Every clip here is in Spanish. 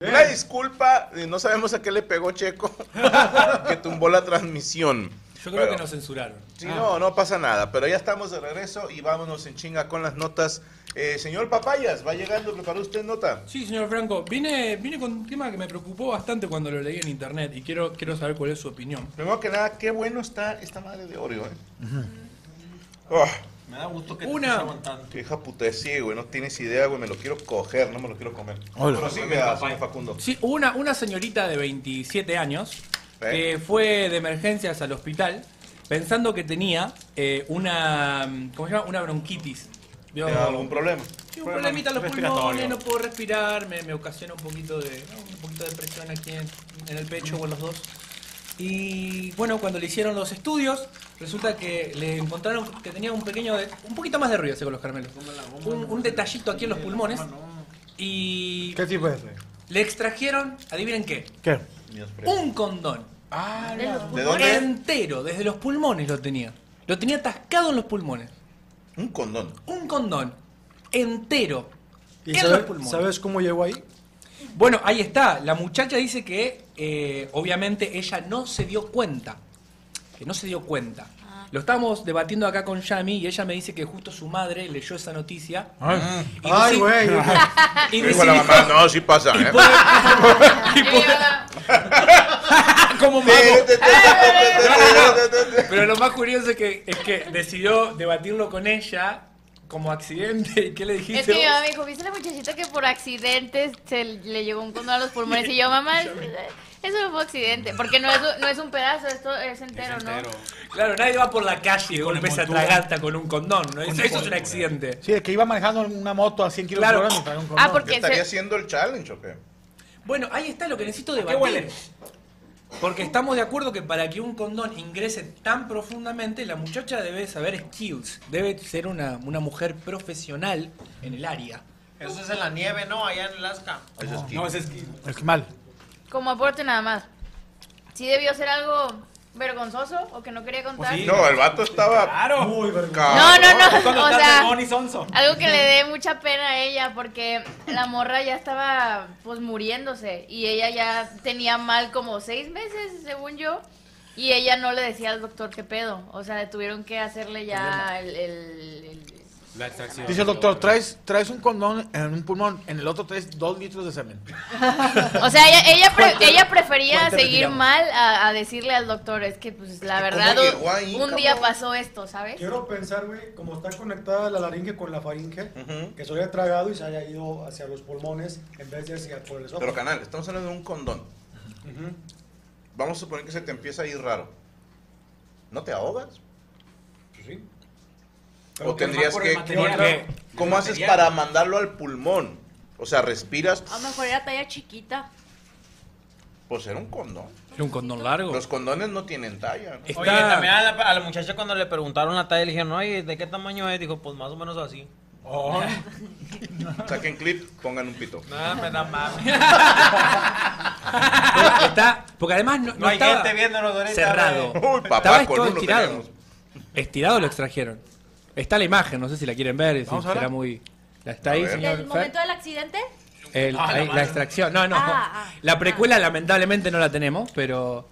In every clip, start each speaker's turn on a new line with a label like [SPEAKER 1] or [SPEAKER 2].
[SPEAKER 1] Una disculpa, eh, no sabemos a qué le pegó Checo, que tumbó la transmisión.
[SPEAKER 2] Yo creo
[SPEAKER 1] Pero-
[SPEAKER 2] que nos censuraron.
[SPEAKER 1] Sí,
[SPEAKER 2] Ah.
[SPEAKER 1] no, no pasa nada, pero ya estamos de regreso y vámonos en chinga con las notas. Eh, señor Papayas, va llegando, ¿preparó usted nota?
[SPEAKER 2] Sí, señor Franco, vine, vine con un tema que me preocupó bastante cuando lo leí en internet y quiero, quiero saber cuál es su opinión.
[SPEAKER 1] Primero que nada, qué bueno está esta madre de Oreo, ¿eh? Oh,
[SPEAKER 3] Me da gusto que
[SPEAKER 2] Una.
[SPEAKER 3] te estés aguantando.
[SPEAKER 1] qué hija puta de ciego, güey, no tienes idea, güey, me lo quiero coger, no me lo quiero comer.
[SPEAKER 4] Hola.
[SPEAKER 1] Pero sí, mira, señor Facundo.
[SPEAKER 2] Sí, hubo una, una señorita de 27 años
[SPEAKER 1] ¿Eh?
[SPEAKER 2] que fue de emergencias al hospital pensando que tenía eh, una, mm, ¿cómo se llama? Una bronquitis. Vio-
[SPEAKER 1] ¿Tiene algún problema?
[SPEAKER 2] Sí, un problemita en los
[SPEAKER 3] respiratorio.
[SPEAKER 2] pulmones, no puedo respirar, me, me ocasiona un poquito de ¿no? un poquito de presión aquí en, en el pecho o en los dos. Y bueno, cuando le hicieron los estudios, resulta que le encontraron que tenía un pequeño, de- un poquito más de ruido hacía con los caramelos, un, un detallito aquí en los pulmones y
[SPEAKER 4] ¿Qué tipo es?
[SPEAKER 2] le extrajeron, adivinen qué,
[SPEAKER 4] ¿Qué?
[SPEAKER 1] Dios,
[SPEAKER 2] un condón
[SPEAKER 5] De los
[SPEAKER 1] ¿De
[SPEAKER 5] pulmones.
[SPEAKER 1] dónde?
[SPEAKER 2] entero, desde los pulmones lo tenía, lo tenía atascado en los pulmones,
[SPEAKER 1] Un condón.
[SPEAKER 2] un condón entero
[SPEAKER 4] ¿Y
[SPEAKER 2] en los
[SPEAKER 4] sabe-
[SPEAKER 2] pulmones.
[SPEAKER 4] sabes cómo llegó ahí?
[SPEAKER 2] Bueno, ahí está. La muchacha dice que eh, obviamente ella no se dio cuenta. Que no se dio cuenta.
[SPEAKER 5] Ah.
[SPEAKER 2] Lo estábamos debatiendo acá con Yami y ella me dice que justo su madre leyó esa noticia. Y
[SPEAKER 4] Ay,
[SPEAKER 2] deci-
[SPEAKER 4] güey.
[SPEAKER 2] Y
[SPEAKER 1] Dijo la
[SPEAKER 2] decidió-
[SPEAKER 1] mamá, no, sí pasa, ¿eh?
[SPEAKER 2] y pues,
[SPEAKER 5] Llega.
[SPEAKER 2] como
[SPEAKER 1] Sí, este
[SPEAKER 2] mago.
[SPEAKER 1] te- te- te- te- te- te- te- te-
[SPEAKER 2] Pero lo más curioso es que, es que decidió debatirlo con ella como accidente. ¿Y qué le dijiste?
[SPEAKER 5] Es que mi
[SPEAKER 2] vos?
[SPEAKER 5] mamá me dijo, ¿viste la muchachita que por accidente se le llegó un condón a los pulmones? Y yo, mamá, es- eso no fue accidente, porque no es, un- no es un pedazo, esto es entero,
[SPEAKER 3] Es entero.
[SPEAKER 5] ¿no?
[SPEAKER 2] Claro, nadie va por la calle y golpes se
[SPEAKER 3] envoltura.
[SPEAKER 2] atraganta con un condón. ¿no? Eso,
[SPEAKER 3] Con
[SPEAKER 2] eso es un
[SPEAKER 3] envoltura.
[SPEAKER 2] accidente.
[SPEAKER 4] Sí, el que iba manejando una moto a 100 kilómetros
[SPEAKER 2] Claro.
[SPEAKER 4] por hora me traía un
[SPEAKER 5] Ah,
[SPEAKER 4] condón.
[SPEAKER 5] porque
[SPEAKER 1] estaría
[SPEAKER 5] se...
[SPEAKER 1] haciendo el challenge, ¿o qué?
[SPEAKER 2] Bueno, ahí está lo que necesito
[SPEAKER 3] qué
[SPEAKER 2] debatir.
[SPEAKER 3] huele?
[SPEAKER 2] Porque estamos de acuerdo que para que un condón ingrese tan profundamente, la muchacha debe saber skills. Debe ser una, una mujer profesional en el área.
[SPEAKER 3] Eso es en la nieve, ¿no? Allá en Alaska.
[SPEAKER 1] Eso es
[SPEAKER 3] No, ese es esquí.
[SPEAKER 4] El que mal.
[SPEAKER 5] como aporte nada más. Sí debió ser algo vergonzoso o que no quería contar.
[SPEAKER 3] Pues sí.
[SPEAKER 1] No, el vato estaba.
[SPEAKER 3] Claro.
[SPEAKER 5] No, no, no,
[SPEAKER 3] Cuando
[SPEAKER 5] o
[SPEAKER 3] estás
[SPEAKER 5] sea-
[SPEAKER 3] vergón y sonso.
[SPEAKER 5] Algo que le dé mucha pena a ella porque la morra ya estaba pues muriéndose y ella ya tenía mal como seis meses según yo y ella no le decía al doctor qué pedo, o sea le tuvieron que hacerle ya el, el- el-
[SPEAKER 3] La extracción.
[SPEAKER 4] Dice el doctor, traes, traes un condón en un pulmón, en el otro traes dos litros de semen.
[SPEAKER 5] o sea ella ella, pre-
[SPEAKER 4] Cuéntale-
[SPEAKER 5] ella prefería
[SPEAKER 4] cuéntale,
[SPEAKER 5] seguir
[SPEAKER 4] digamos.
[SPEAKER 5] mal a, a decirle al doctor es que pues la
[SPEAKER 1] ¿Cómo
[SPEAKER 5] verdad
[SPEAKER 1] llegó ahí,
[SPEAKER 5] un día
[SPEAKER 1] cabrón?
[SPEAKER 5] pasó esto, ¿sabes?
[SPEAKER 6] Quiero pensar, güey, como está conectada la laringe con la faringe,
[SPEAKER 1] Ujú.
[SPEAKER 6] que se haya tragado y se haya ido hacia los pulmones en vez de hacia por
[SPEAKER 1] Pero
[SPEAKER 6] el esófago.
[SPEAKER 1] canal, estamos hablando de un condón. Vamos a suponer que se te empieza a ir raro. ¿No te ahogas?
[SPEAKER 6] Pues sí.
[SPEAKER 1] ¿O tendrías
[SPEAKER 3] por
[SPEAKER 1] que...
[SPEAKER 3] el material.
[SPEAKER 1] ¿qué- ¿Cómo
[SPEAKER 3] El
[SPEAKER 1] haces
[SPEAKER 3] material.
[SPEAKER 1] para mandarlo al pulmón? O sea, respiras
[SPEAKER 5] A lo mejor era talla chiquita.
[SPEAKER 1] por ser pues, un condón.
[SPEAKER 2] Era un condón largo.
[SPEAKER 1] Los condones no tienen talla. ¿no?
[SPEAKER 2] Es-
[SPEAKER 3] Oye,
[SPEAKER 2] Está-
[SPEAKER 3] también a la, a la muchacha cuando le preguntaron la talla, le dijeron, oye, ¿de qué tamaño es? Dijo, pues más o menos así.
[SPEAKER 1] Saquen clip, pongan un pito.
[SPEAKER 3] No, "Ah, me da mami.
[SPEAKER 2] Está, porque además no, no
[SPEAKER 3] No hay
[SPEAKER 2] estaba
[SPEAKER 3] gente viéndonos ahorita.
[SPEAKER 2] cerrado.
[SPEAKER 3] güey.
[SPEAKER 1] Uy,
[SPEAKER 2] estaba
[SPEAKER 1] papá, con
[SPEAKER 2] todo
[SPEAKER 1] uno
[SPEAKER 2] estirado.
[SPEAKER 1] tenemos.
[SPEAKER 2] Estirado lo extrajeron. Está la imagen, no sé si la quieren ver, si
[SPEAKER 4] Vamos a ver.
[SPEAKER 2] será muy... ¿La está
[SPEAKER 1] A
[SPEAKER 2] ahí,
[SPEAKER 1] ver.
[SPEAKER 2] señor? Fer?
[SPEAKER 5] ¿Del momento del accidente?
[SPEAKER 2] El-
[SPEAKER 7] Ah,
[SPEAKER 2] ahí, la, extracción. No, no.
[SPEAKER 5] Ah, ah,
[SPEAKER 2] la precuela lamentablemente no la tenemos, pero...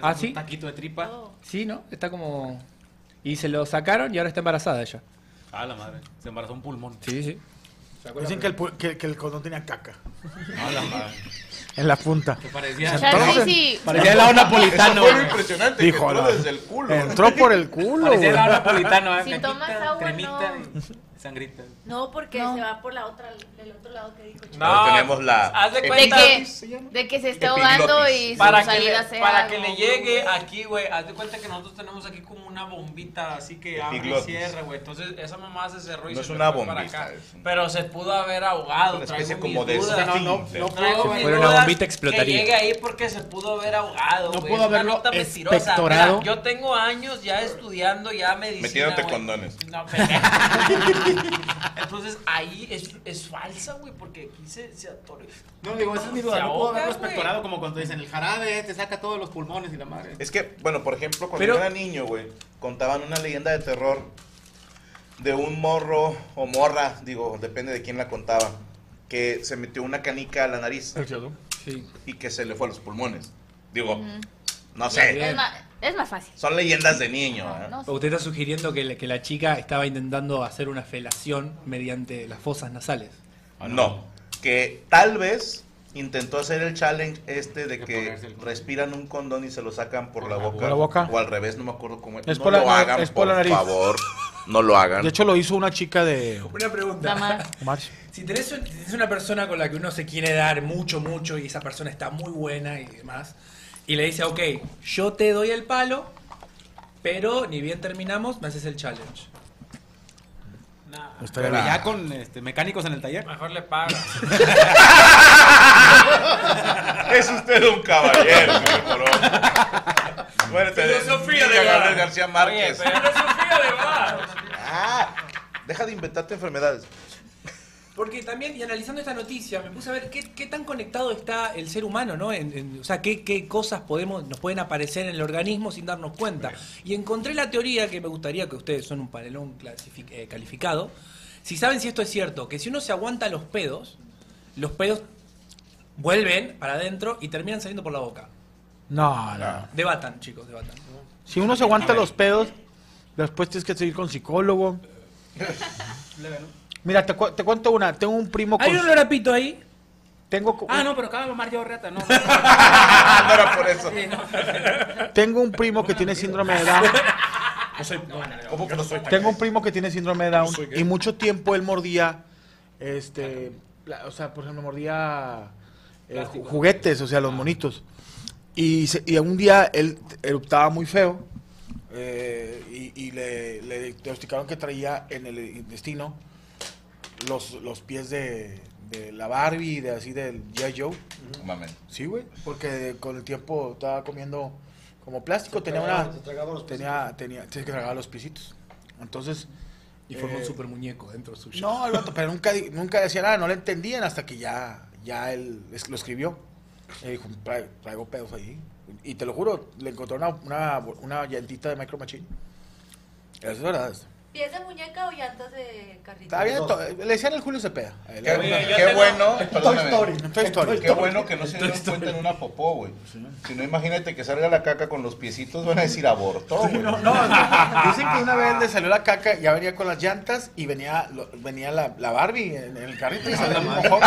[SPEAKER 2] Ah, sí.
[SPEAKER 3] Un taquito de tripa.
[SPEAKER 5] Oh.
[SPEAKER 2] Sí, ¿no? Está como... Y se lo sacaron y ahora está embarazada ella.
[SPEAKER 7] Ah, la madre. Se embarazó un pulmón.
[SPEAKER 2] Sí, sí.
[SPEAKER 4] Dicen que el, pu- que, que el condón tenía caca.
[SPEAKER 7] Ah, la madre.
[SPEAKER 4] En la punta.
[SPEAKER 7] Que parecía.
[SPEAKER 5] Chance, sí.
[SPEAKER 4] Parecía el lado
[SPEAKER 1] Eso
[SPEAKER 2] eh.
[SPEAKER 4] napolitano.
[SPEAKER 1] fue lo impresionante, que
[SPEAKER 4] Dijo,
[SPEAKER 1] entró
[SPEAKER 4] la-
[SPEAKER 1] desde el culo.
[SPEAKER 4] Entró por el culo,
[SPEAKER 7] Parecía
[SPEAKER 4] güey.
[SPEAKER 7] el lado napolitano, eh.
[SPEAKER 5] Si
[SPEAKER 7] Caquita,
[SPEAKER 5] tomas agua,
[SPEAKER 7] cremita
[SPEAKER 5] no.
[SPEAKER 7] y sangrita.
[SPEAKER 8] No, porque se va por la otra, el otro lado que dijo.
[SPEAKER 1] No, Ahora tenemos la-
[SPEAKER 3] Haz de
[SPEAKER 1] De
[SPEAKER 5] De
[SPEAKER 3] cuenta.
[SPEAKER 5] que, de que se esté ahogando y
[SPEAKER 1] Epiglotis.
[SPEAKER 5] su
[SPEAKER 3] Para que,
[SPEAKER 5] salida
[SPEAKER 3] le,
[SPEAKER 5] sea.
[SPEAKER 3] para que le
[SPEAKER 5] algo
[SPEAKER 3] llegue
[SPEAKER 5] brutal.
[SPEAKER 3] aquí, güey. Haz de cuenta que nosotros tenemos aquí como una bombita, así que abre y
[SPEAKER 1] Epiglotis.
[SPEAKER 3] cierra, güey. Entonces esa mamá se cerró y
[SPEAKER 1] No
[SPEAKER 3] se
[SPEAKER 1] es
[SPEAKER 3] le
[SPEAKER 1] una
[SPEAKER 3] fue para
[SPEAKER 1] bombita,
[SPEAKER 3] acá.
[SPEAKER 1] es un-
[SPEAKER 3] Pero se pudo haber ahogado.
[SPEAKER 1] Una
[SPEAKER 3] traigo
[SPEAKER 1] especie
[SPEAKER 3] mis
[SPEAKER 1] como de
[SPEAKER 3] dudas.
[SPEAKER 1] esfínter.
[SPEAKER 3] No, no, no traigo
[SPEAKER 2] Si
[SPEAKER 3] mis
[SPEAKER 2] fuera una
[SPEAKER 3] dudas
[SPEAKER 2] bombita, explotaría.
[SPEAKER 3] Que llegue ahí porque se pudo haber ahogado.
[SPEAKER 4] No
[SPEAKER 3] güey.
[SPEAKER 4] pudo
[SPEAKER 3] Es una
[SPEAKER 4] haberlo
[SPEAKER 3] nota mentirosa. Mira,
[SPEAKER 4] espectorado.
[SPEAKER 3] yo tengo años ya estudiando, ya medicina.
[SPEAKER 1] Metiéndote
[SPEAKER 3] güey.
[SPEAKER 1] condones.
[SPEAKER 3] No, pendejo. Entonces ahí es, es falsa, güey, porque aquí se, se atoró.
[SPEAKER 7] No, digo, esa es mi
[SPEAKER 3] Se
[SPEAKER 7] duda. No puedo
[SPEAKER 3] ahoga,
[SPEAKER 7] haberlo
[SPEAKER 3] güey.
[SPEAKER 7] espectorado como cuando dicen el jarabe, te saca todos los pulmones y la madre.
[SPEAKER 1] Es que, bueno, por ejemplo, cuando
[SPEAKER 2] Pero-
[SPEAKER 1] yo era niño, güey, contaban una leyenda de terror de un morro o morra, digo, depende de quién la contaba, que se metió una canica a la nariz.
[SPEAKER 2] Sí.
[SPEAKER 1] y que se le fue a los pulmones. Digo, no
[SPEAKER 5] Es
[SPEAKER 1] sé,
[SPEAKER 2] Bien.
[SPEAKER 5] más, es más fácil.
[SPEAKER 1] son leyendas de niño. ¿eh?
[SPEAKER 5] No sé.
[SPEAKER 2] Usted está sugiriendo que, la- que la chica estaba intentando hacer una felación mediante las fosas nasales.
[SPEAKER 4] Ah,
[SPEAKER 1] No, que tal vez intentó hacer el challenge este de
[SPEAKER 7] De
[SPEAKER 1] que
[SPEAKER 7] ponerse el condón.
[SPEAKER 1] respiran un condón y se lo sacan por la
[SPEAKER 7] Por la
[SPEAKER 1] boca.
[SPEAKER 4] Por la boca.
[SPEAKER 1] O al revés, no me acuerdo cómo
[SPEAKER 4] Es
[SPEAKER 1] no
[SPEAKER 4] por la
[SPEAKER 1] lo
[SPEAKER 4] na-
[SPEAKER 1] hagan,
[SPEAKER 4] es por la nariz.
[SPEAKER 1] favor, no lo hagan.
[SPEAKER 4] De hecho, lo hizo una chica de.
[SPEAKER 2] Una pregunta.
[SPEAKER 5] Nada más.
[SPEAKER 4] March.
[SPEAKER 2] Si tenés, si tenés una persona con la que uno se quiere dar mucho, mucho y esa persona está muy buena y demás, y le dice, ok, yo te doy el palo, pero ni bien terminamos, me haces el challenge.
[SPEAKER 4] Estaría
[SPEAKER 7] Pero
[SPEAKER 4] bien.
[SPEAKER 7] ya con este, mecánicos en el taller.
[SPEAKER 3] Mejor le paga.
[SPEAKER 1] Es usted un caballero, señor Corona. Muérete de-
[SPEAKER 3] Filosofía
[SPEAKER 1] de
[SPEAKER 3] de la-
[SPEAKER 1] Gabriel García Márquez.
[SPEAKER 3] Sofía de Bar.
[SPEAKER 1] Ah, deja de inventarte enfermedades.
[SPEAKER 2] Porque también, y analizando esta noticia, me puse a ver qué, qué tan conectado está el ser humano, ¿no? En- en- o sea, qué, qué cosas podemos, nos pueden aparecer en el organismo sin darnos cuenta. Y encontré la teoría que me gustaría que ustedes son un panelón clasifi- eh, calificado. Si saben si esto es cierto, que si uno se aguanta los pedos, los pedos vuelven para adentro y terminan saliendo por la boca.
[SPEAKER 4] No, no.
[SPEAKER 2] Debatan, chicos, debatan.
[SPEAKER 4] Si uno se aguanta los pedos, después tienes que seguir con psicólogo. Mira, te, cu- te cuento una. Tengo un primo
[SPEAKER 2] Hay
[SPEAKER 4] con.
[SPEAKER 2] un lorapito ahí.
[SPEAKER 4] Tengo, cu-
[SPEAKER 7] Ah, no, pero acaba de mamar yo reta, no.
[SPEAKER 1] no era por eso.
[SPEAKER 4] tengo un primo que tiene síndrome de Down.
[SPEAKER 1] ¿Cómo que no soy tan-
[SPEAKER 4] Tengo un primo que tiene síndrome de Down y mucho tiempo él mordía, este, la- o sea, por ejemplo, mordía eh, ju- juguetes, o sea,
[SPEAKER 6] Ah.
[SPEAKER 4] los monitos. Y, se- y un día él eruptaba muy feo eh, y, y le, le diagnosticaron que traía en el intestino los, los pies de, de la Barbie y de así del G.I. Joe.
[SPEAKER 1] No mames.
[SPEAKER 4] Sí, güey, porque con el tiempo estaba comiendo como plástico,
[SPEAKER 6] Se
[SPEAKER 4] tenía
[SPEAKER 6] tragaba-
[SPEAKER 4] una...
[SPEAKER 6] se tragaba los
[SPEAKER 4] tenía, tenía, tenía que tragar los pisitos. Entonces...
[SPEAKER 2] Y formó
[SPEAKER 4] eh,
[SPEAKER 2] un super muñeco dentro suyo.
[SPEAKER 4] No, el vato, pero nunca, di- nunca decía nada, no le entendían hasta que ya, ya él es- lo escribió. Le dijo, "Tra- traigo pedos ahí. Y te lo juro, le encontró una, una, una llantita de Micro Machine. Eso es verdad.
[SPEAKER 8] ¿Pies de muñeca o llantas de carrito?
[SPEAKER 4] Está
[SPEAKER 5] Ah,
[SPEAKER 4] bien, to- le decían el Julio Cepeda. a él.
[SPEAKER 1] Qué,
[SPEAKER 3] Oye, yo
[SPEAKER 1] qué
[SPEAKER 3] tengo-
[SPEAKER 1] bueno.
[SPEAKER 6] Toy
[SPEAKER 1] perdóname.
[SPEAKER 6] Story.
[SPEAKER 4] En Toy Story.
[SPEAKER 1] Qué bueno que no se dieron cuenta en una popó, güey. Si no, imagínate que salga la caca con los piecitos, van a decir aborto, güey.
[SPEAKER 4] No, no, dicen que una vez le salió la caca, ya venía con las llantas y venía, lo- venía la, la Barbie en, en el
[SPEAKER 1] Ah,
[SPEAKER 4] carrito y salió un mojón.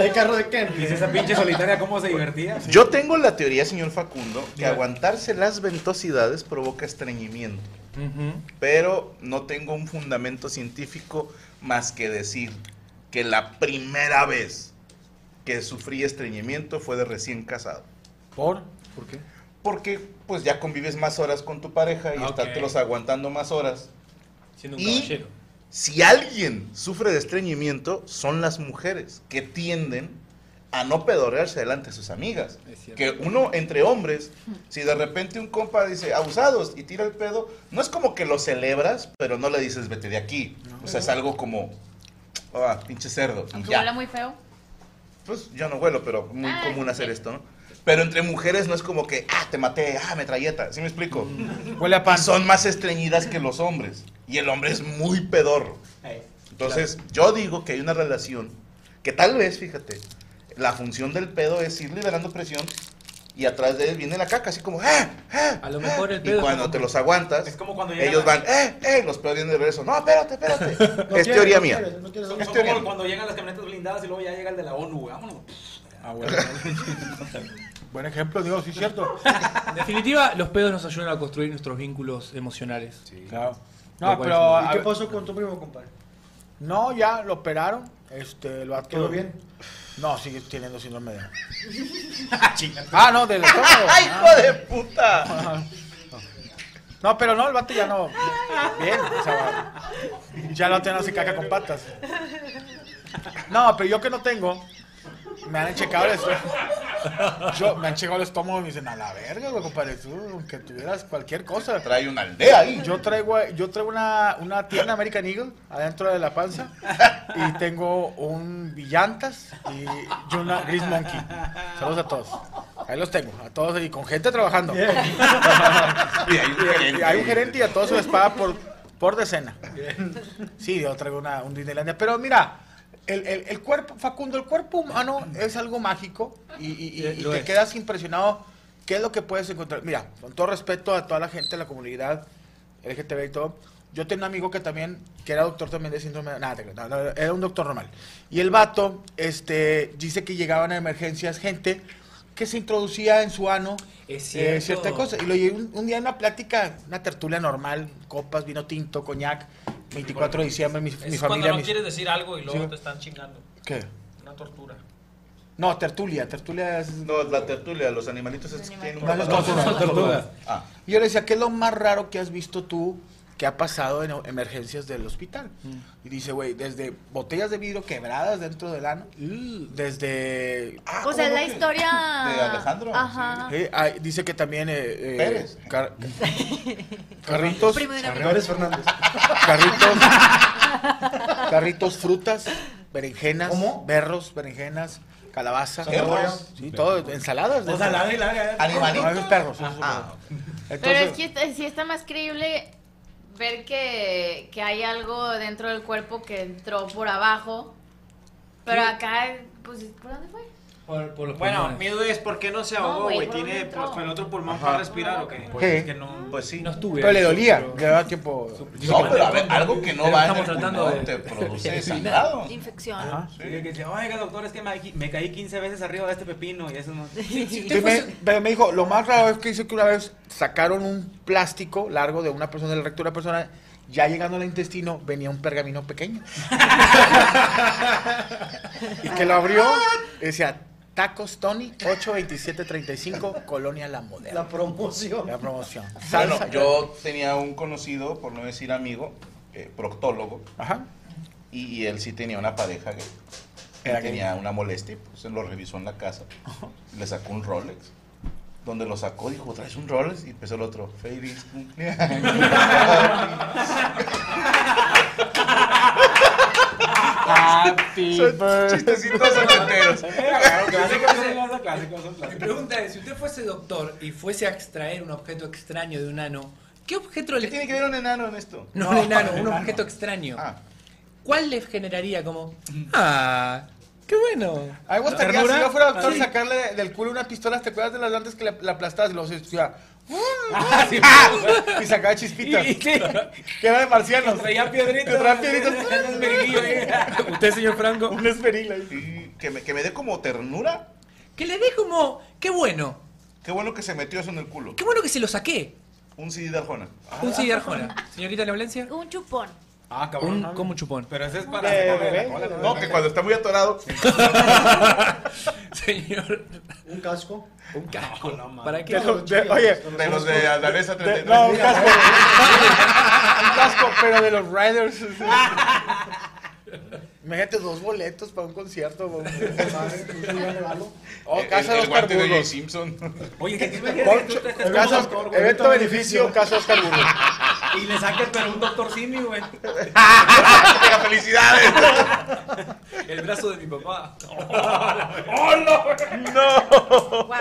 [SPEAKER 6] El carro de Ken.
[SPEAKER 7] Dice esa pinche solitaria cómo se divertía.
[SPEAKER 1] Yo tengo la teoría, señor Facundo, que aguantarse las ventosidades provoca estreñimiento.
[SPEAKER 2] Ujú.
[SPEAKER 1] Pero no tengo un fundamento científico más que decir que la primera vez que sufrí estreñimiento fue de recién casado.
[SPEAKER 4] ¿Por? ¿Por qué?
[SPEAKER 1] Porque pues ya convives más horas con tu pareja y
[SPEAKER 2] Ah, ok.
[SPEAKER 1] estártelos aguantando más horas.
[SPEAKER 2] Siendo un
[SPEAKER 1] Y-
[SPEAKER 2] caballero.
[SPEAKER 1] Si alguien sufre de estreñimiento, son las mujeres que tienden a no pedorrearse delante de sus amigas.
[SPEAKER 2] Es cierto.
[SPEAKER 1] Que uno, entre hombres, si de repente un compa dice abusados y tira el pedo, no es como que lo celebras, pero no le dices vete de aquí. O sea, es algo como, ah, pinche cerdo. y
[SPEAKER 5] Aunque
[SPEAKER 1] ya.
[SPEAKER 5] huela muy feo.
[SPEAKER 1] Pues yo no huelo, pero muy
[SPEAKER 5] Ah,
[SPEAKER 1] común hacer
[SPEAKER 5] sí.
[SPEAKER 1] esto, ¿no? Pero entre mujeres no es como que, ah, te maté, ah, metralleta. ¿Sí me explico?
[SPEAKER 2] Mm.
[SPEAKER 4] Huele a pan.
[SPEAKER 1] Son más estreñidas que los hombres. Y el hombre es muy pedorro. Entonces, yo digo que hay una relación que tal vez, fíjate, la función del pedo es ir liberando presión y atrás de él viene la caca, así como, ¡eh! ¡eh!
[SPEAKER 2] A lo mejor el
[SPEAKER 1] eh",
[SPEAKER 2] pedo
[SPEAKER 1] Y
[SPEAKER 2] es
[SPEAKER 1] cuando
[SPEAKER 2] como-
[SPEAKER 1] te los aguantas,
[SPEAKER 7] Es como cuando llega
[SPEAKER 1] ellos
[SPEAKER 7] la-
[SPEAKER 1] van, ¡eh! ¡eh! Los pedos vienen de regreso. No, espérate, espérate.
[SPEAKER 6] No
[SPEAKER 1] es
[SPEAKER 6] quiere,
[SPEAKER 1] teoría
[SPEAKER 6] no
[SPEAKER 1] mía.
[SPEAKER 6] quiere, no quiere, son-
[SPEAKER 2] Este,
[SPEAKER 1] Es
[SPEAKER 7] Son
[SPEAKER 1] teoría.
[SPEAKER 7] como cuando llegan las camionetas blindadas y luego ya llega el de la ONU, güey. Vámonos.
[SPEAKER 4] Ah, Buen ejemplo, digo, sí es cierto.
[SPEAKER 2] En definitiva, los pedos nos ayudan a construir nuestros vínculos emocionales.
[SPEAKER 4] Claro.
[SPEAKER 2] Lo
[SPEAKER 4] No,
[SPEAKER 2] cual
[SPEAKER 4] pero
[SPEAKER 2] es
[SPEAKER 6] ¿Y
[SPEAKER 4] a
[SPEAKER 6] qué
[SPEAKER 4] ver,
[SPEAKER 6] pasó con tu primo, compadre?
[SPEAKER 4] no, ya lo operaron. Este, el vato.
[SPEAKER 6] ¿Quedó bien?
[SPEAKER 4] No, sigue teniendo síndrome de Down. ah, no, del estómago.
[SPEAKER 1] ¡Ay, hijo de puta!
[SPEAKER 4] No, pero no, el vato ya no. Bien, o sea, ya el vato ya no se caca con patas. No, pero yo que no tengo, me han checado el estómago. Yo, me han checado el estómago y me dicen, a la verga, güey, compadre, tú, aunque tuvieras cualquier cosa.
[SPEAKER 1] Trae una aldea ahí.
[SPEAKER 4] Yo traigo, yo traigo una, una tienda American Eagle adentro de la panza y tengo un Villantas y, y una Gris Monkey. Saludos a todos. Ahí los tengo, a todos y con gente trabajando.
[SPEAKER 1] Y hay un
[SPEAKER 4] Y
[SPEAKER 1] gerente.
[SPEAKER 4] hay un gerente y a todos se les paga por, por decena. Sí, yo traigo una, un Disneylandia. Pero mira, el, el- el cuerpo, Facundo, el cuerpo humano es algo mágico y, y- y-
[SPEAKER 2] Eh,
[SPEAKER 4] y
[SPEAKER 2] lo
[SPEAKER 4] te
[SPEAKER 2] es.
[SPEAKER 4] quedas impresionado. ¿Qué es lo que puedes encontrar? Mira, con todo respeto a toda la gente de la comunidad LGTB y todo, yo tenía un amigo que también, que era doctor también de síndrome de... Nada, te creas, no, no, era un doctor normal. Y el vato este, dice que llegaban a emergencias gente que se introducía en su ano
[SPEAKER 2] Es cierto.
[SPEAKER 4] eh, cierta cosa. Y lo llevé un, un día en una plática, una tertulia normal, copas, vino tinto, coñac, 24 de diciembre, mi, mi
[SPEAKER 3] Es cuando
[SPEAKER 4] familia...
[SPEAKER 3] no
[SPEAKER 4] mis-
[SPEAKER 3] quieres decir algo y luego
[SPEAKER 4] Sí.
[SPEAKER 3] te están chingando.
[SPEAKER 4] ¿Qué?
[SPEAKER 3] Una tortura.
[SPEAKER 4] No, tertulia, tertulia es...
[SPEAKER 1] No, la tertulia, los animalitos es que tienen una
[SPEAKER 4] No, no,
[SPEAKER 1] palabra.
[SPEAKER 4] no, no, no,
[SPEAKER 2] tortugas.
[SPEAKER 1] Ah,
[SPEAKER 4] Y yo le decía, ¿qué es lo más raro que has visto tú que ha pasado en o- emergencias del hospital?
[SPEAKER 3] Mm.
[SPEAKER 4] Y dice, güey, desde botellas de vidrio quebradas dentro del ano,
[SPEAKER 3] Mm.
[SPEAKER 4] desde...
[SPEAKER 1] ah,
[SPEAKER 5] O
[SPEAKER 1] ¿cómo
[SPEAKER 5] sea, es
[SPEAKER 1] no
[SPEAKER 5] la
[SPEAKER 1] que-
[SPEAKER 5] historia.
[SPEAKER 1] De Alejandro.
[SPEAKER 5] Ajá.
[SPEAKER 4] Eh, ah, dice que también... eh, eh,
[SPEAKER 1] Pérez.
[SPEAKER 4] car- carritos,
[SPEAKER 6] Álvarez Fernández.
[SPEAKER 4] carritos, carritos, frutas, berenjenas,
[SPEAKER 6] ¿Cómo?
[SPEAKER 4] berros, berenjenas, calabazas,
[SPEAKER 1] Berros.
[SPEAKER 4] sí, todo, ensaladas.
[SPEAKER 2] O sea, la de la
[SPEAKER 1] sí.
[SPEAKER 2] de.
[SPEAKER 4] No, esos
[SPEAKER 1] Animalitos.
[SPEAKER 4] perros. esos
[SPEAKER 1] Ah,
[SPEAKER 4] perros.
[SPEAKER 5] Pero es
[SPEAKER 4] Entonces-
[SPEAKER 5] que está- sí está más creíble ver que, que hay algo dentro del cuerpo que entró por abajo. Pero acá, pues, ¿por dónde fue?
[SPEAKER 2] Por, por los
[SPEAKER 7] Bueno,
[SPEAKER 2] pulmones.
[SPEAKER 7] mi duda es por qué no se
[SPEAKER 5] No,
[SPEAKER 7] ahogó,
[SPEAKER 5] güey,
[SPEAKER 7] güey.
[SPEAKER 5] por
[SPEAKER 7] ¿Tiene
[SPEAKER 5] dentro.
[SPEAKER 7] por, por el otro pulmón
[SPEAKER 1] Ajá.
[SPEAKER 7] para respirar o qué?
[SPEAKER 4] ¿Qué?
[SPEAKER 7] Es que no.
[SPEAKER 1] pues sí.
[SPEAKER 2] no
[SPEAKER 1] No,
[SPEAKER 2] estuve.
[SPEAKER 4] Pero le
[SPEAKER 2] ahí,
[SPEAKER 4] dolía,
[SPEAKER 2] pero-
[SPEAKER 4] llevaba tiempo.
[SPEAKER 1] pero a ver, algo que no
[SPEAKER 2] Pero
[SPEAKER 1] va en
[SPEAKER 2] estamos
[SPEAKER 1] el
[SPEAKER 2] tratando
[SPEAKER 1] pulmón
[SPEAKER 2] de-
[SPEAKER 1] te produce sangrado.
[SPEAKER 8] Infección.
[SPEAKER 7] Y que dice, Oiga, doctor, es que me, me caí 15 veces arriba de este pepino y eso no.
[SPEAKER 4] Sí, me- pero me dijo, lo más raro es que dice que una vez sacaron un plástico largo de una persona, del recto de una persona, ya llegando al intestino venía un pergamino pequeño. y que lo abrió, y decía, Tacos Tony, 82735, Colonia La Moderna.
[SPEAKER 6] La promoción. Eh,
[SPEAKER 4] La promoción.
[SPEAKER 1] Bueno,
[SPEAKER 4] Salsa.
[SPEAKER 1] yo tenía un conocido, por no decir amigo, eh, proctólogo,
[SPEAKER 4] Ajá.
[SPEAKER 1] y, y él sí tenía una pareja gay. Él
[SPEAKER 4] Era gay.
[SPEAKER 1] tenía una molestia, y, pues se lo revisó en la casa. Le sacó un Rolex. Donde lo sacó, dijo, ¿traes un Rolex? Y empezó el otro, feliz cumpleaños.
[SPEAKER 7] Happy
[SPEAKER 1] Son Chistecitos ochenteros.
[SPEAKER 2] Mi pregunta es, si usted fuese doctor y fuese a extraer un objeto extraño de un ano, ¿qué objeto
[SPEAKER 1] ¿Qué
[SPEAKER 2] le
[SPEAKER 1] tiene que ver un enano en esto?
[SPEAKER 2] No, un enano, un objeto extraño.
[SPEAKER 1] Ah,
[SPEAKER 2] ¿Cuál le generaría como, ah, qué bueno?
[SPEAKER 4] A mí me gustaría,
[SPEAKER 2] ¿Ternura?
[SPEAKER 4] si yo fuera doctor,
[SPEAKER 2] Sí.
[SPEAKER 4] sacarle del culo una pistola, ¿te acuerdas de las antes que le- la aplastabas y luego se decía, y sacaba chispitas? que era de marcianos.
[SPEAKER 7] Traía piedritas.
[SPEAKER 4] Traía piedritas.
[SPEAKER 7] Un verguillo
[SPEAKER 2] ¿eh?
[SPEAKER 7] ahí.
[SPEAKER 2] Usted, señor Franco.
[SPEAKER 4] Un esmeril ahí.
[SPEAKER 1] y que me, que me dé como ternura.
[SPEAKER 2] Que le dé como, qué bueno,
[SPEAKER 1] Qué bueno que se metió eso en el culo.
[SPEAKER 2] qué bueno que se lo saqué.
[SPEAKER 1] Un CD de Arjona.
[SPEAKER 2] Un CD de Arjona. Señorita Neoblencia,
[SPEAKER 8] Un chupón.
[SPEAKER 7] Ah,
[SPEAKER 2] un
[SPEAKER 7] cabrón.
[SPEAKER 2] como un chupón.
[SPEAKER 7] Pero ese es para.
[SPEAKER 4] Eh,
[SPEAKER 7] sacarle
[SPEAKER 4] bebé.
[SPEAKER 7] la cola, ¿no?
[SPEAKER 1] No, que cuando está muy atorado.
[SPEAKER 2] Señor,
[SPEAKER 6] Un casco.
[SPEAKER 2] un cajo.
[SPEAKER 7] No, no,
[SPEAKER 2] ¿Para qué?
[SPEAKER 4] De los- de- oye,
[SPEAKER 1] De los de Adalesa
[SPEAKER 4] de- no, un
[SPEAKER 1] 33.
[SPEAKER 4] casco. un casco, pero de los Riders. sí. Imagínate dos boletos para un concierto. pa' un-
[SPEAKER 6] Madre, un celular de balo.
[SPEAKER 4] Oh,
[SPEAKER 1] El-
[SPEAKER 4] casa
[SPEAKER 1] el,
[SPEAKER 4] de
[SPEAKER 1] el guante de
[SPEAKER 4] Oscar
[SPEAKER 1] Jay
[SPEAKER 4] Burgos.
[SPEAKER 1] Simpson.
[SPEAKER 7] Oye, que tú me dijeras que tú
[SPEAKER 4] Poncho-
[SPEAKER 7] te estés
[SPEAKER 4] casa-
[SPEAKER 7] como doctor, güey,
[SPEAKER 4] evento beneficio, casa Oscar Burgos.
[SPEAKER 7] Y le saques, pero un doctor Simi, güey.
[SPEAKER 1] ¡Venga, felicidades!
[SPEAKER 2] El brazo de mi papá.
[SPEAKER 1] Oh.
[SPEAKER 5] Wow.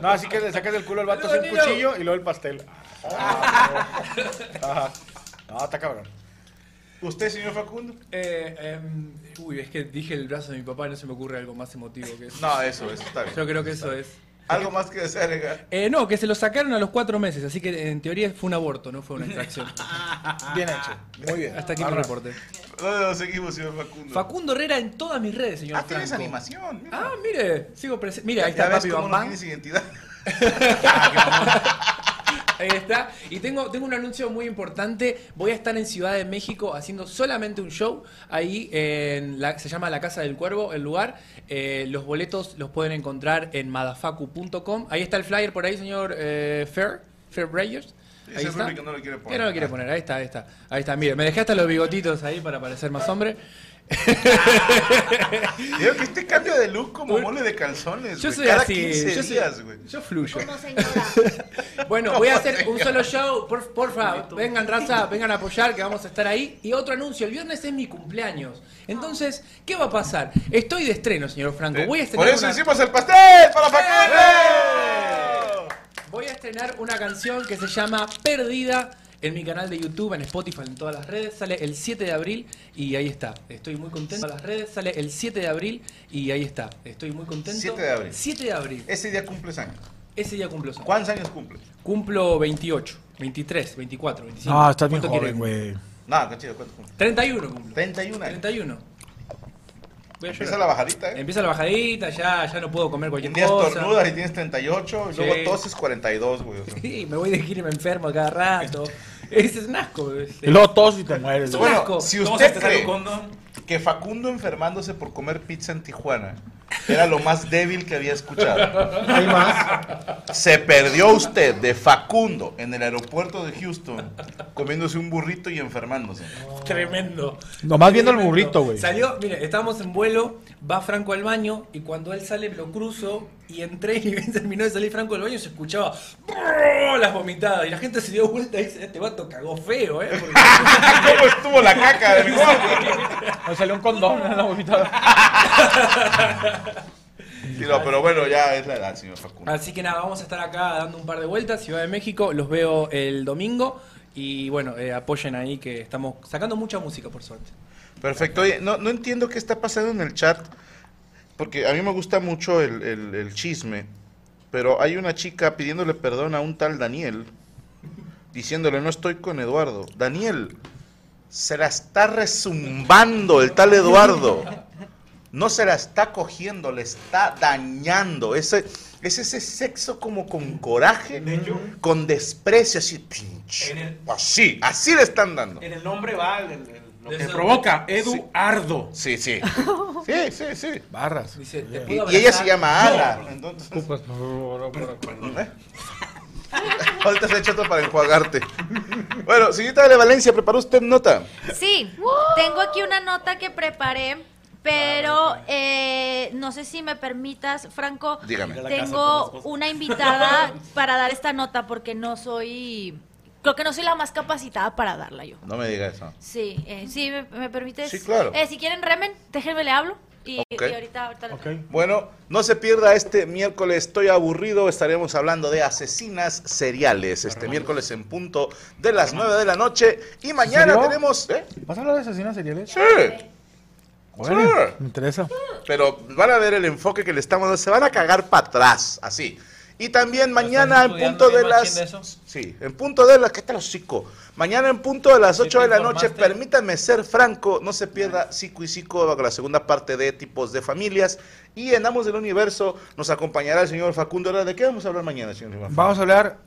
[SPEAKER 4] No, así que le sacas del culo al vato
[SPEAKER 2] Pero,
[SPEAKER 4] así un
[SPEAKER 2] niño.
[SPEAKER 4] cuchillo y luego el pastel. Ah, no. Ajá. No, está cabrón.
[SPEAKER 1] ¿Usted, señor Facundo?
[SPEAKER 2] Eh, em, uy, es que dije el brazo de mi papá y no se me ocurre algo más emotivo que eso.
[SPEAKER 1] No, eso, eso está bien.
[SPEAKER 2] Yo creo que eso es.
[SPEAKER 1] Algo más que desear, Edgar.
[SPEAKER 2] Eh, no, que se lo sacaron a los cuatro meses, así que en teoría fue un aborto, no fue una extracción.
[SPEAKER 4] Bien hecho. Muy bien.
[SPEAKER 2] Hasta aquí mi
[SPEAKER 4] Arra.
[SPEAKER 2] reporte.
[SPEAKER 1] ¿Dónde lo seguimos, señor Facundo?
[SPEAKER 2] Facundo Herrera en todas mis redes, señor
[SPEAKER 1] ah, tienes
[SPEAKER 2] Franco.
[SPEAKER 1] animación. mira.
[SPEAKER 2] Ah, mire, sigo presente. Mira, ahí
[SPEAKER 1] ya
[SPEAKER 2] está
[SPEAKER 1] ves
[SPEAKER 2] Papi
[SPEAKER 1] cómo
[SPEAKER 2] Bam
[SPEAKER 1] no
[SPEAKER 2] Bam.
[SPEAKER 1] tienes identidad. Ah,
[SPEAKER 2] Ahí está. Y tengo, tengo un anuncio muy importante. Voy a estar en Ciudad de México haciendo solamente un show. Ahí en la, se llama La Casa del Cuervo, el lugar. Eh, los boletos los pueden encontrar en madafacu.com. Ahí está el flyer por ahí, señor eh, Fair, Fair Breyers.
[SPEAKER 1] Sí,
[SPEAKER 2] Ahí
[SPEAKER 1] ese
[SPEAKER 2] está.
[SPEAKER 1] Rubik no lo quiere poner.
[SPEAKER 2] Que no lo quiere poner. Ahí está, ahí está. Ahí está. Mire, me dejé hasta los bigotitos ahí para parecer más hombre.
[SPEAKER 1] Digo que este cambio de look como mole de calzones.
[SPEAKER 2] Yo
[SPEAKER 1] güey,
[SPEAKER 2] soy
[SPEAKER 1] Cada
[SPEAKER 2] así.
[SPEAKER 1] 15
[SPEAKER 2] yo, soy-
[SPEAKER 1] días, güey.
[SPEAKER 2] yo fluyo.
[SPEAKER 8] Como señora.
[SPEAKER 2] Bueno, voy a hacer un solo show, por, porfa, vengan raza, vengan a apoyar que vamos a estar ahí. Y otro anuncio, el viernes es mi cumpleaños. Entonces, ¿qué va a pasar? Estoy de estreno, señor Franco. Voy a
[SPEAKER 1] Por
[SPEAKER 2] estrenar,
[SPEAKER 1] eso
[SPEAKER 2] una,
[SPEAKER 1] hicimos el pastel para Facundo.
[SPEAKER 2] voy a estrenar una canción que se llama Perdida. en mi canal de YouTube, en Spotify, en todas las redes. Sale el 7 de abril y ahí está. Estoy muy contento. En todas las redes sale el 7 de abril y ahí está. Estoy muy contento.
[SPEAKER 1] 7 de abril. Eh,
[SPEAKER 2] 7 de abril.
[SPEAKER 1] Ese día cumples años.
[SPEAKER 2] Ese día cumplo años.
[SPEAKER 1] ¿Cuántos años cumples?
[SPEAKER 2] Cumplo 28, 23, 24, 25.
[SPEAKER 1] Ah,
[SPEAKER 9] No, estás bien
[SPEAKER 2] ¿Cuánto
[SPEAKER 9] joven,
[SPEAKER 2] quieres?
[SPEAKER 9] güey.
[SPEAKER 1] Nada, qué chido, ¿cuántos cumples?
[SPEAKER 2] 31 cumplo.
[SPEAKER 1] 31 años.
[SPEAKER 2] 31. Voy a
[SPEAKER 1] Empieza la
[SPEAKER 2] llorar.
[SPEAKER 1] bajadita, ¿eh?
[SPEAKER 2] Empieza la bajadita, ya, ya no puedo comer
[SPEAKER 1] Un
[SPEAKER 2] cualquier
[SPEAKER 1] día
[SPEAKER 2] cosa.
[SPEAKER 1] estornudas y tienes 38, y
[SPEAKER 2] Sí.
[SPEAKER 1] luego toses 42, güey. o sea.
[SPEAKER 2] Sí, me voy de gira y me enfermo a cada rato. Ese es un asco. ese.
[SPEAKER 9] Y luego tos y te mueres. güey.
[SPEAKER 1] Bueno,
[SPEAKER 2] asco.
[SPEAKER 1] si
[SPEAKER 10] Todos
[SPEAKER 1] usted
[SPEAKER 10] estás
[SPEAKER 1] cree
[SPEAKER 10] algo condón.
[SPEAKER 1] que Facundo enfermándose por comer pizza en Tijuana era lo más débil que había escuchado,
[SPEAKER 6] Hay más.
[SPEAKER 1] se perdió usted de Facundo en el aeropuerto de Houston comiéndose un burrito y enfermándose.
[SPEAKER 2] Tremendo.
[SPEAKER 9] Nomás viendo el
[SPEAKER 2] Tremendo.
[SPEAKER 9] burrito, güey.
[SPEAKER 2] Salió, mire, estábamos en vuelo, va Franco al baño y cuando él sale lo cruzo y entré y terminó de salir Franco del baño y se escuchaba "Brrr", las vomitadas y la gente se dio vuelta y dice, este vato cagó feo, ¿eh? Porque-
[SPEAKER 1] ¿Cómo estuvo la caca del gordo?
[SPEAKER 9] Me salió un condón en la vomitada.
[SPEAKER 1] Sí, no, pero bueno, ya es la edad, señor Facundo.
[SPEAKER 2] Así que nada, vamos a estar acá dando un par de vueltas, Ciudad de México, los veo el domingo y bueno, eh, apoyen ahí que estamos sacando mucha música por suerte.
[SPEAKER 1] Perfecto. Oye, no, no entiendo qué está pasando en el chat, porque a mí me gusta mucho el, el- el chisme, pero hay una chica pidiéndole perdón a un tal Daniel, diciéndole, no estoy con Eduardo. Daniel, se la está resumbando el tal Eduardo. No se la está cogiendo, le está dañando. Ese, es ese sexo como con coraje, con desprecio, así, pinche.
[SPEAKER 10] En el-
[SPEAKER 1] Así, así le están dando.
[SPEAKER 10] En el nombre va el, el- el- lo
[SPEAKER 2] De
[SPEAKER 10] que
[SPEAKER 2] eso-
[SPEAKER 10] provoca.
[SPEAKER 1] Sí.
[SPEAKER 10] Eduardo.
[SPEAKER 1] Sí, sí. Sí, sí, sí.
[SPEAKER 9] Barras.
[SPEAKER 2] Dice, ¿te
[SPEAKER 1] Y,
[SPEAKER 2] puedo
[SPEAKER 1] y ella
[SPEAKER 2] abrazar?
[SPEAKER 1] se llama Ana. Entonces, ¿eh? Ahorita se echa otro para enjuagarte. Bueno, señorita de Valencia, ¿preparó usted nota?
[SPEAKER 11] Sí, tengo aquí una nota que preparé, pero eh, no sé si me permitas, Franco.
[SPEAKER 1] Dígame.
[SPEAKER 10] la casa por las
[SPEAKER 11] Tengo
[SPEAKER 10] cosas.
[SPEAKER 11] una invitada para dar esta nota porque no soy, creo que no soy la más capacitada para darla yo.
[SPEAKER 1] No me diga eso.
[SPEAKER 11] Sí, eh, sí, me, me permites.
[SPEAKER 1] Sí, claro.
[SPEAKER 11] Eh, si quieren remen, déjenme le hablo y,
[SPEAKER 1] Ok.
[SPEAKER 11] y ahorita, ahorita. le-
[SPEAKER 9] Ok.
[SPEAKER 1] Bueno, no se pierda este miércoles, estoy aburrido, estaremos hablando de asesinas seriales este miércoles en punto de las 9 de la noche y mañana
[SPEAKER 9] serio?
[SPEAKER 1] tenemos... ¿eh?
[SPEAKER 9] ¿Vas a hablar de asesinas seriales?
[SPEAKER 1] Sí,
[SPEAKER 9] Órale,
[SPEAKER 1] Sure.
[SPEAKER 9] Me interesa.
[SPEAKER 1] pero van a ver el enfoque que le estamos dando, se van a cagar para atrás, así. Y también mañana en punto de las... Sí, en punto de las... ¿Qué tal hocico? Mañana en punto de las
[SPEAKER 2] ¿Sí
[SPEAKER 1] 8
[SPEAKER 2] te
[SPEAKER 1] de la noche,
[SPEAKER 2] informaste?
[SPEAKER 1] permítame ser franco, no se pierda Psico y Psico, la segunda parte de Tipos de Familias. Y en Amos del Universo nos acompañará el señor Facundo Herrera. ¿De qué vamos a hablar mañana, señor Facundo?
[SPEAKER 9] Vamos a hablar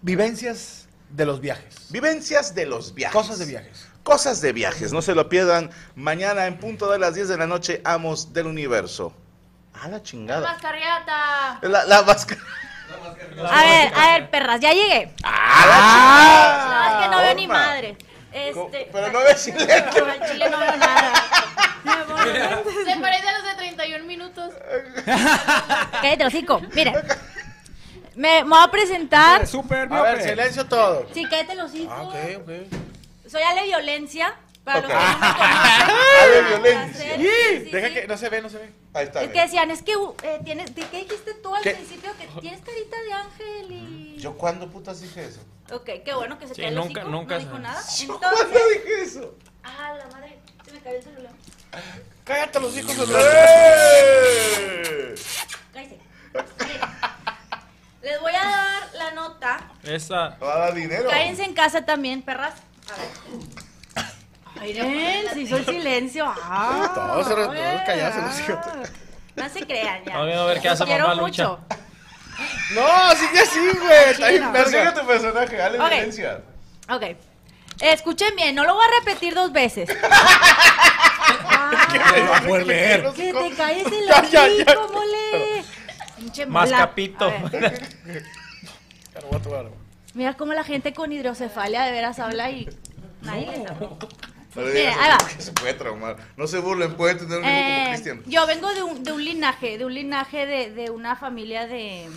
[SPEAKER 9] vivencias de los viajes.
[SPEAKER 1] Vivencias de los viajes.
[SPEAKER 9] Cosas de viajes.
[SPEAKER 1] Cosas de viajes, no se lo pierdan. Mañana en punto de las 10 de la noche, Amos del Universo. A la chingada.
[SPEAKER 5] Mascarriata.
[SPEAKER 1] La, la vasca-
[SPEAKER 11] A ver, a ver, perras, ya llegué.
[SPEAKER 1] ¡A
[SPEAKER 11] No, es que no veo ni
[SPEAKER 1] Norma.
[SPEAKER 11] madre.
[SPEAKER 1] Ah, Co-
[SPEAKER 11] Este,
[SPEAKER 1] pero no ves sin lente.
[SPEAKER 11] No, al chile no veo nada. Mi amor.
[SPEAKER 5] Se parece a los de 31 minutos.
[SPEAKER 11] Cállate, hocico. Mira. Me, me voy a presentar.
[SPEAKER 10] Super
[SPEAKER 9] A ver, silencio todo.
[SPEAKER 11] Sí, cállate, los hocico.
[SPEAKER 9] Ah, ok, ok.
[SPEAKER 11] Soy Ale Violencia. Para
[SPEAKER 1] Ok.
[SPEAKER 11] los que no me
[SPEAKER 1] Ale
[SPEAKER 11] conocen.
[SPEAKER 1] Violencia.
[SPEAKER 11] Placer, sí, sí,
[SPEAKER 9] Deja
[SPEAKER 11] sí.
[SPEAKER 9] que no se ve, no se ve.
[SPEAKER 1] Ahí está.
[SPEAKER 11] Es que
[SPEAKER 1] mira.
[SPEAKER 11] decían, es que uh, eh, tienes, ¿de ¿qué dijiste tú al
[SPEAKER 9] ¿Qué? Mm,
[SPEAKER 11] principio? Que tienes carita de ángel y...
[SPEAKER 1] ¿Yo cuándo putas dije eso?
[SPEAKER 11] Ok, qué bueno que se
[SPEAKER 12] Sí,
[SPEAKER 11] cayó el
[SPEAKER 12] nunca-
[SPEAKER 11] hocico,
[SPEAKER 12] nunca
[SPEAKER 11] no
[SPEAKER 12] se-
[SPEAKER 11] dijo nada.
[SPEAKER 1] ¿Yo
[SPEAKER 11] Entonces,
[SPEAKER 1] cuándo dije eso?
[SPEAKER 5] Ah, la madre. Se me cayó el celular.
[SPEAKER 9] Cállate los hijos de
[SPEAKER 1] ¡Eh!
[SPEAKER 11] cállate. Miren, Les voy a dar la nota.
[SPEAKER 12] Esa.
[SPEAKER 1] ¿Va a dar dinero?
[SPEAKER 11] Cállense en casa también, perras. A ver. Miren, se hizo el silencio. Ah,
[SPEAKER 9] Todos se- todos
[SPEAKER 11] eh,
[SPEAKER 9] callados, los hijos.
[SPEAKER 11] ah. No se crean ya.
[SPEAKER 12] A ver, a ver, ¿qué
[SPEAKER 11] Los
[SPEAKER 12] hace
[SPEAKER 11] quiero
[SPEAKER 12] mamá Lucha?
[SPEAKER 11] mucho.
[SPEAKER 9] No, sigue así, güey. Está bien,
[SPEAKER 11] Chino.
[SPEAKER 1] Persigue
[SPEAKER 9] verga.
[SPEAKER 1] tu personaje, Ale
[SPEAKER 11] Ok.
[SPEAKER 1] Violencia.
[SPEAKER 11] Ok. Escuchen bien, no lo voy a repetir dos veces.
[SPEAKER 2] No va a poder leer.
[SPEAKER 11] Que te calles el
[SPEAKER 9] Ya, ya, ya.
[SPEAKER 11] hocico, mole. Pinche
[SPEAKER 12] Más
[SPEAKER 11] mola.
[SPEAKER 12] capito.
[SPEAKER 11] A ver, Mira cómo la gente con hidrocefalia de veras habla y nadie les habla.
[SPEAKER 1] No le
[SPEAKER 11] Mira,
[SPEAKER 1] digas
[SPEAKER 11] ahí
[SPEAKER 1] eso,
[SPEAKER 11] va.
[SPEAKER 1] porque se puede traumar. No se burlen, puede tener un hijo como
[SPEAKER 11] Eh,
[SPEAKER 1] Cristian.
[SPEAKER 11] yo vengo de un, de un linaje, de un linaje de, de una familia de,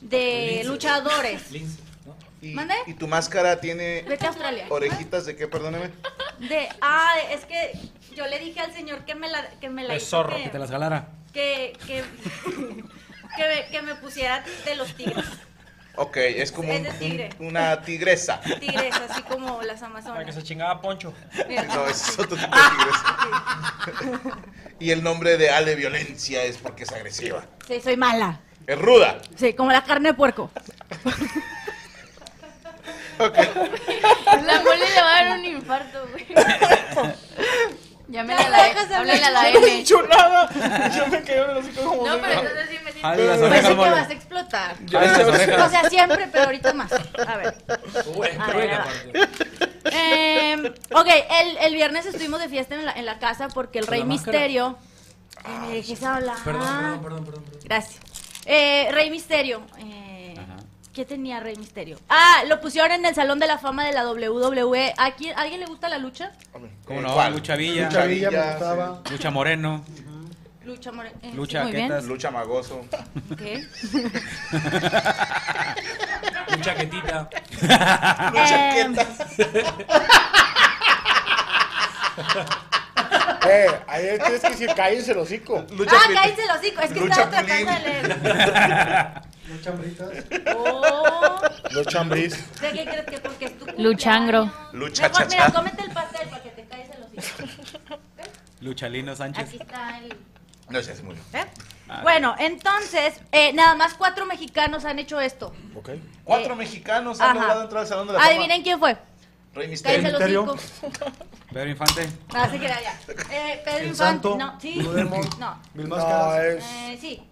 [SPEAKER 11] de luchadores.
[SPEAKER 2] Lince, ¿no?
[SPEAKER 11] Eh,
[SPEAKER 1] Y,
[SPEAKER 11] ¿mande?
[SPEAKER 1] y tu máscara tiene
[SPEAKER 11] Vete a Australia.
[SPEAKER 1] orejitas de qué, perdóneme.
[SPEAKER 11] De, ah, es que yo le dije al señor que me la, que me la
[SPEAKER 12] Es
[SPEAKER 11] hizo
[SPEAKER 12] zorro,
[SPEAKER 11] que,
[SPEAKER 12] que te
[SPEAKER 2] Las galara.
[SPEAKER 11] que, que, que me, que me pusiera de los tigres.
[SPEAKER 1] Ok, es como
[SPEAKER 11] Es
[SPEAKER 1] un-
[SPEAKER 11] de tigre.
[SPEAKER 1] un- una tigresa.
[SPEAKER 11] Tigres, así como las
[SPEAKER 3] Para que
[SPEAKER 11] amazonas.
[SPEAKER 3] se chingaba Poncho.
[SPEAKER 11] Mira.
[SPEAKER 1] No, ese es otro tipo de tigresa.
[SPEAKER 11] Ah,
[SPEAKER 1] Y el nombre de Ale Violencia es porque es agresiva.
[SPEAKER 11] Sí, soy mala.
[SPEAKER 1] Es ruda.
[SPEAKER 11] Sí, como la carne de puerco.
[SPEAKER 5] La mole le va a dar un infarto, güey. Llámele a la
[SPEAKER 11] dejas
[SPEAKER 5] E.
[SPEAKER 11] hablar.
[SPEAKER 5] Háblele a la
[SPEAKER 11] Yo no
[SPEAKER 5] N.
[SPEAKER 7] Yo nada. Yo me quedé en el hocico como. "Ah".
[SPEAKER 5] No, pero entonces sí me siento.
[SPEAKER 7] Jale las
[SPEAKER 11] Pues
[SPEAKER 7] orejas,
[SPEAKER 11] sí que
[SPEAKER 7] mole.
[SPEAKER 11] vas a explotar.
[SPEAKER 7] Jale las orejas.
[SPEAKER 11] O sea, siempre, pero ahorita más. A ver.
[SPEAKER 2] Bueno,
[SPEAKER 11] Ah,
[SPEAKER 2] bueno,
[SPEAKER 11] ya va.
[SPEAKER 2] aparte.
[SPEAKER 11] Em, ok, el, el viernes estuvimos de fiesta en la, en la casa porque el
[SPEAKER 2] ¿Con
[SPEAKER 11] Rey
[SPEAKER 2] la máscara? Ah,
[SPEAKER 11] Misterio. Ay, me dejes hablar. Ah.
[SPEAKER 2] Perdón, perdón, perdón, perdón. perdón.
[SPEAKER 11] Gracias. Eh, Rey Misterio. eh, ¿Qué tenía Rey Misterio? Ah, lo pusieron en el Salón de la Fama de la WWE. ¿A, quién- ¿a alguien le gusta la lucha?
[SPEAKER 1] A ver,
[SPEAKER 7] ¿Cómo
[SPEAKER 1] eh,
[SPEAKER 7] no?
[SPEAKER 1] ¿cuál?
[SPEAKER 7] Lucha Villa.
[SPEAKER 1] Lucha
[SPEAKER 6] Lucha Villa me
[SPEAKER 1] Villa,
[SPEAKER 6] gustaba.
[SPEAKER 7] Lucha Moreno.
[SPEAKER 11] Lucha More- eh,
[SPEAKER 7] Lucha,
[SPEAKER 11] sí, muy bien.
[SPEAKER 7] Quetas.
[SPEAKER 1] Lucha Magoso.
[SPEAKER 11] ok.
[SPEAKER 2] Un chaquetita.
[SPEAKER 1] Lucha
[SPEAKER 11] Em.
[SPEAKER 1] Quetas.
[SPEAKER 4] Eh, ahí tienes que decir, cállense el hocico.
[SPEAKER 1] Lucha
[SPEAKER 11] Ah,
[SPEAKER 1] Pil-
[SPEAKER 11] cállense el hocico. Es que
[SPEAKER 1] Lucha
[SPEAKER 11] estaba
[SPEAKER 1] Pilín.
[SPEAKER 11] tratando de leer.
[SPEAKER 6] Los chambritas.
[SPEAKER 11] Oh,
[SPEAKER 4] Los chambris.
[SPEAKER 11] ¿De qué crees que porque es tu cumpleaños?
[SPEAKER 5] Luchangro.
[SPEAKER 1] Lucha
[SPEAKER 11] Mejor,
[SPEAKER 1] cha,
[SPEAKER 11] mira,
[SPEAKER 1] cha.
[SPEAKER 11] cómete el pastel para que te calles el hocico.
[SPEAKER 7] Luchalino Sánchez.
[SPEAKER 11] Aquí está el...
[SPEAKER 1] No sé, es muy bien.
[SPEAKER 11] ¿Eh?
[SPEAKER 1] Ah,
[SPEAKER 11] Bueno, entonces, eh, nada más cuatro mexicanos han hecho esto.
[SPEAKER 4] Ok.
[SPEAKER 1] Cuatro mexicanos han
[SPEAKER 11] Eh, Ajá.
[SPEAKER 1] logrado entrar al Salón de la Fama.
[SPEAKER 11] Adivinen quién fue.
[SPEAKER 1] Rey
[SPEAKER 11] Cállense
[SPEAKER 1] Misterio.
[SPEAKER 11] los
[SPEAKER 6] Misterio.
[SPEAKER 11] cinco.
[SPEAKER 7] Pedro Infante.
[SPEAKER 11] Ah, se queda ya. Eh, Pedro
[SPEAKER 6] El
[SPEAKER 11] Infante.
[SPEAKER 6] Santo,
[SPEAKER 11] No, sí.
[SPEAKER 6] Guillermo.
[SPEAKER 11] No.
[SPEAKER 6] Mil
[SPEAKER 4] No,
[SPEAKER 6] máscaras.
[SPEAKER 4] es.
[SPEAKER 11] Eh, sí.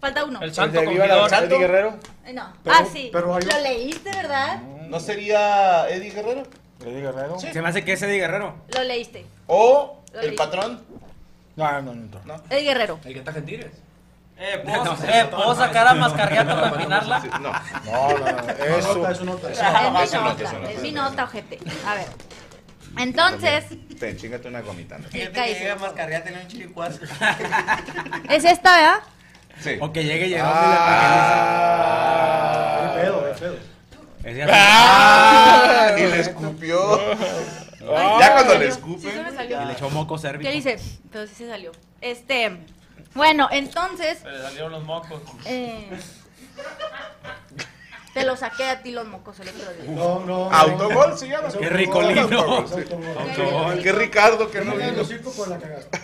[SPEAKER 11] Falta uno.
[SPEAKER 3] El
[SPEAKER 4] El
[SPEAKER 3] santo
[SPEAKER 4] de Viva la
[SPEAKER 3] confidor.
[SPEAKER 4] Eddie Guerrero.
[SPEAKER 11] Eh, No.
[SPEAKER 6] Pero-
[SPEAKER 11] ah, sí.
[SPEAKER 6] pero hay-
[SPEAKER 11] Lo leíste, ¿verdad?
[SPEAKER 1] ¿No sería Eddie Guerrero?
[SPEAKER 4] Eddie Guerrero.
[SPEAKER 7] Se me hace que es Eddie Guerrero.
[SPEAKER 11] Lo leíste.
[SPEAKER 1] ¿O
[SPEAKER 11] Lo
[SPEAKER 1] el
[SPEAKER 11] leí.
[SPEAKER 1] patrón?
[SPEAKER 4] No, no, no. no.
[SPEAKER 1] No.
[SPEAKER 11] El guerrero.
[SPEAKER 2] El que está en Tigres.
[SPEAKER 3] Eh, ¿puedo, eh, ¿puedo sacar a Mascarriata para afinarla?
[SPEAKER 1] Sí, no.
[SPEAKER 4] No, no, no,
[SPEAKER 6] Es
[SPEAKER 4] eso.
[SPEAKER 6] nota, es una nota.
[SPEAKER 11] es mi
[SPEAKER 1] Ah, eso no,
[SPEAKER 11] nota.
[SPEAKER 1] eso no,
[SPEAKER 11] es
[SPEAKER 1] eso
[SPEAKER 11] mi
[SPEAKER 1] no.
[SPEAKER 11] nota, ojete. A ver. Entonces,
[SPEAKER 1] Te chingate una gomita. ¿no?
[SPEAKER 11] Fíjate que llega
[SPEAKER 3] Mascarriata en un chiricuazo.
[SPEAKER 11] es esta, ¿verdad?
[SPEAKER 1] Sí.
[SPEAKER 7] O que llegue llegando
[SPEAKER 9] Ah.
[SPEAKER 6] Es pedo, es pedo.
[SPEAKER 7] y la
[SPEAKER 1] Ah, y le escupió. ya cuando le
[SPEAKER 11] Ah. Sí, se me
[SPEAKER 1] escupen.
[SPEAKER 11] salió.
[SPEAKER 7] Y le echó moco cérvico.
[SPEAKER 11] ¿Qué dice? Pero sí se salió. Este. Bueno, entonces.
[SPEAKER 3] Se le salieron los mocos.
[SPEAKER 11] eh, te lo saqué a ti los mocos el otro día.
[SPEAKER 6] No, no.
[SPEAKER 1] Autogol se llama.
[SPEAKER 7] Qué ricolino.
[SPEAKER 1] Autogol, sí. Qué Ricardo que no vino.
[SPEAKER 6] con la cagaste.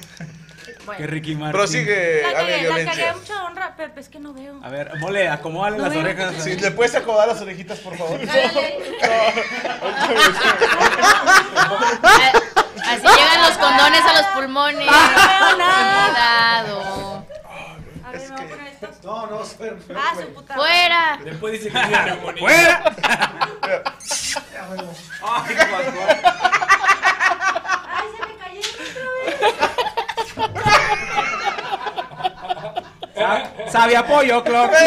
[SPEAKER 11] Bueno.
[SPEAKER 7] Qué Ricky Martin.
[SPEAKER 6] Eh,
[SPEAKER 1] Prosigue,
[SPEAKER 11] La
[SPEAKER 1] Ale
[SPEAKER 11] cagué, la cagué
[SPEAKER 1] Violencia.
[SPEAKER 11] mucha honra, pero es que no veo.
[SPEAKER 7] A ver, mole, acomódale
[SPEAKER 11] No
[SPEAKER 7] las
[SPEAKER 11] veo.
[SPEAKER 7] orejas.
[SPEAKER 1] Si le puedes acomodar las orejitas, por favor.
[SPEAKER 5] Así llegan los condones a los pulmones.
[SPEAKER 11] veo nada.
[SPEAKER 5] Cuidado.
[SPEAKER 11] A ver, me voy a poner esto.
[SPEAKER 6] No, no, se me fue,
[SPEAKER 11] Ah,
[SPEAKER 6] güey.
[SPEAKER 11] su puta.
[SPEAKER 5] Fuera.
[SPEAKER 2] Después dice que tiene neumonía.
[SPEAKER 7] ¡Fuera!
[SPEAKER 6] Ah, bueno.
[SPEAKER 7] Ay, pasó.
[SPEAKER 11] Ay, se me cayó otra vez.
[SPEAKER 7] Sa- Sabe apoyo, Clock.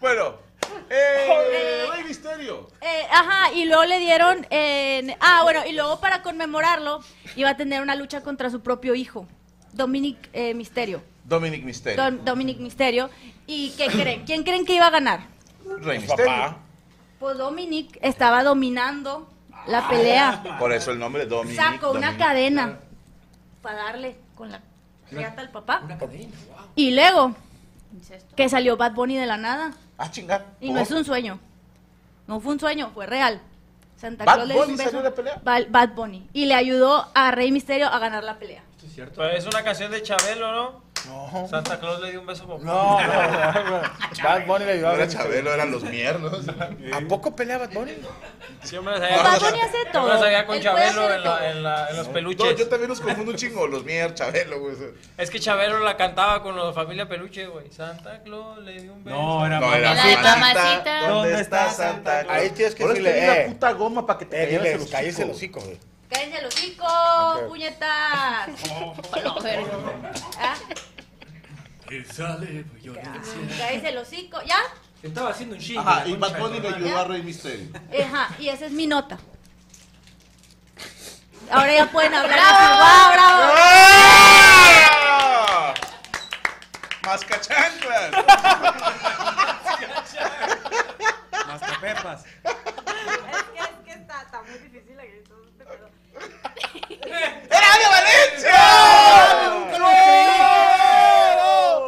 [SPEAKER 1] Bueno, eh, Rey Misterio.
[SPEAKER 11] Eh, ajá, y luego le dieron. en- ah, bueno, y luego para conmemorarlo, iba a tener una lucha contra su propio hijo, Dominic eh, Misterio.
[SPEAKER 1] Dominic
[SPEAKER 2] Eh.
[SPEAKER 1] Misterio.
[SPEAKER 11] Don- Dominic Misterio. ¿Y qué creen? ¿Quién creen que iba a ganar?
[SPEAKER 1] Rey Misterio.
[SPEAKER 11] Pues Dominic estaba dominando la
[SPEAKER 2] Ah,
[SPEAKER 11] pelea.
[SPEAKER 1] Por eso el nombre Dominic.
[SPEAKER 11] Sacó una
[SPEAKER 1] Dominic.
[SPEAKER 11] cadena para darle con la riata al papá.
[SPEAKER 2] Una cadena, wow.
[SPEAKER 11] Y luego,
[SPEAKER 5] Incesto.
[SPEAKER 11] que salió Bad Bunny de la nada.
[SPEAKER 1] Ah, chinga.
[SPEAKER 11] Y no es un sueño. No fue un sueño, fue real. Santa
[SPEAKER 1] Bad
[SPEAKER 11] Claus le dio
[SPEAKER 1] Bunny
[SPEAKER 11] un beso.
[SPEAKER 1] salió de la pelea.
[SPEAKER 11] Bal- Bad Bunny. Y le ayudó a Rey Misterio a ganar la pelea.
[SPEAKER 2] ¿Esto es cierto?
[SPEAKER 3] Pero es una canción de Chabelo, ¿no? No. Santa Claus le dio un beso a papá.
[SPEAKER 4] No, no, no, no. Bad Bunny le ayudó
[SPEAKER 1] No
[SPEAKER 4] a
[SPEAKER 1] era
[SPEAKER 4] ver.
[SPEAKER 1] Chabelo, eran los miernos.
[SPEAKER 4] ¿A poco pelea Bad Bunny?
[SPEAKER 3] Yo me la sabía.
[SPEAKER 11] Bad Bunny hace
[SPEAKER 3] Yo me la
[SPEAKER 11] todo.
[SPEAKER 3] sabía con
[SPEAKER 11] Él puede
[SPEAKER 3] Chabelo
[SPEAKER 11] hacer
[SPEAKER 3] en, la-
[SPEAKER 11] todo.
[SPEAKER 3] en la- en los
[SPEAKER 1] No,
[SPEAKER 3] peluches.
[SPEAKER 1] yo también los confundo un chingo. Los mier, Chabelo, güey.
[SPEAKER 3] Es que Chabelo la cantaba con la familia peluche, güey. Santa Claus le dio un beso.
[SPEAKER 7] No, era
[SPEAKER 1] No, era
[SPEAKER 5] La
[SPEAKER 1] Santa.
[SPEAKER 5] de mamacita.
[SPEAKER 7] ¿Dónde
[SPEAKER 1] ¿Dónde
[SPEAKER 7] está
[SPEAKER 1] está Santa Claus?
[SPEAKER 4] Ahí tienes que
[SPEAKER 1] Ahora
[SPEAKER 4] decirle,
[SPEAKER 1] escribí
[SPEAKER 4] eh.
[SPEAKER 1] la puta goma para que te
[SPEAKER 4] Eh,
[SPEAKER 1] caigas
[SPEAKER 4] diles,
[SPEAKER 1] el hocico.
[SPEAKER 4] cállese el hocico, güey.
[SPEAKER 11] Cállense los hocico,
[SPEAKER 4] Ok.
[SPEAKER 11] puñetas. ¿Ah?
[SPEAKER 2] Que sale pues violencia.
[SPEAKER 11] Cállense los hocico. ¿Ya?
[SPEAKER 2] Estaba haciendo un chiste.
[SPEAKER 1] Ajá,
[SPEAKER 2] la
[SPEAKER 1] y
[SPEAKER 2] concha
[SPEAKER 1] Bad
[SPEAKER 2] de
[SPEAKER 1] Bunny
[SPEAKER 2] tu
[SPEAKER 1] le
[SPEAKER 2] madre.
[SPEAKER 1] ayudó a Rey Misterio.
[SPEAKER 11] Ajá, y esa es mi nota. Ahora ya pueden hablar. ¡Bravo, bravo! bravo
[SPEAKER 1] ¡Ah! gachas.
[SPEAKER 7] Más que pepas.
[SPEAKER 11] Es que, es que está, está muy difícil aquí, entonces, este pedo.
[SPEAKER 1] ¡Era Ana Valencia! ¡Nunca lo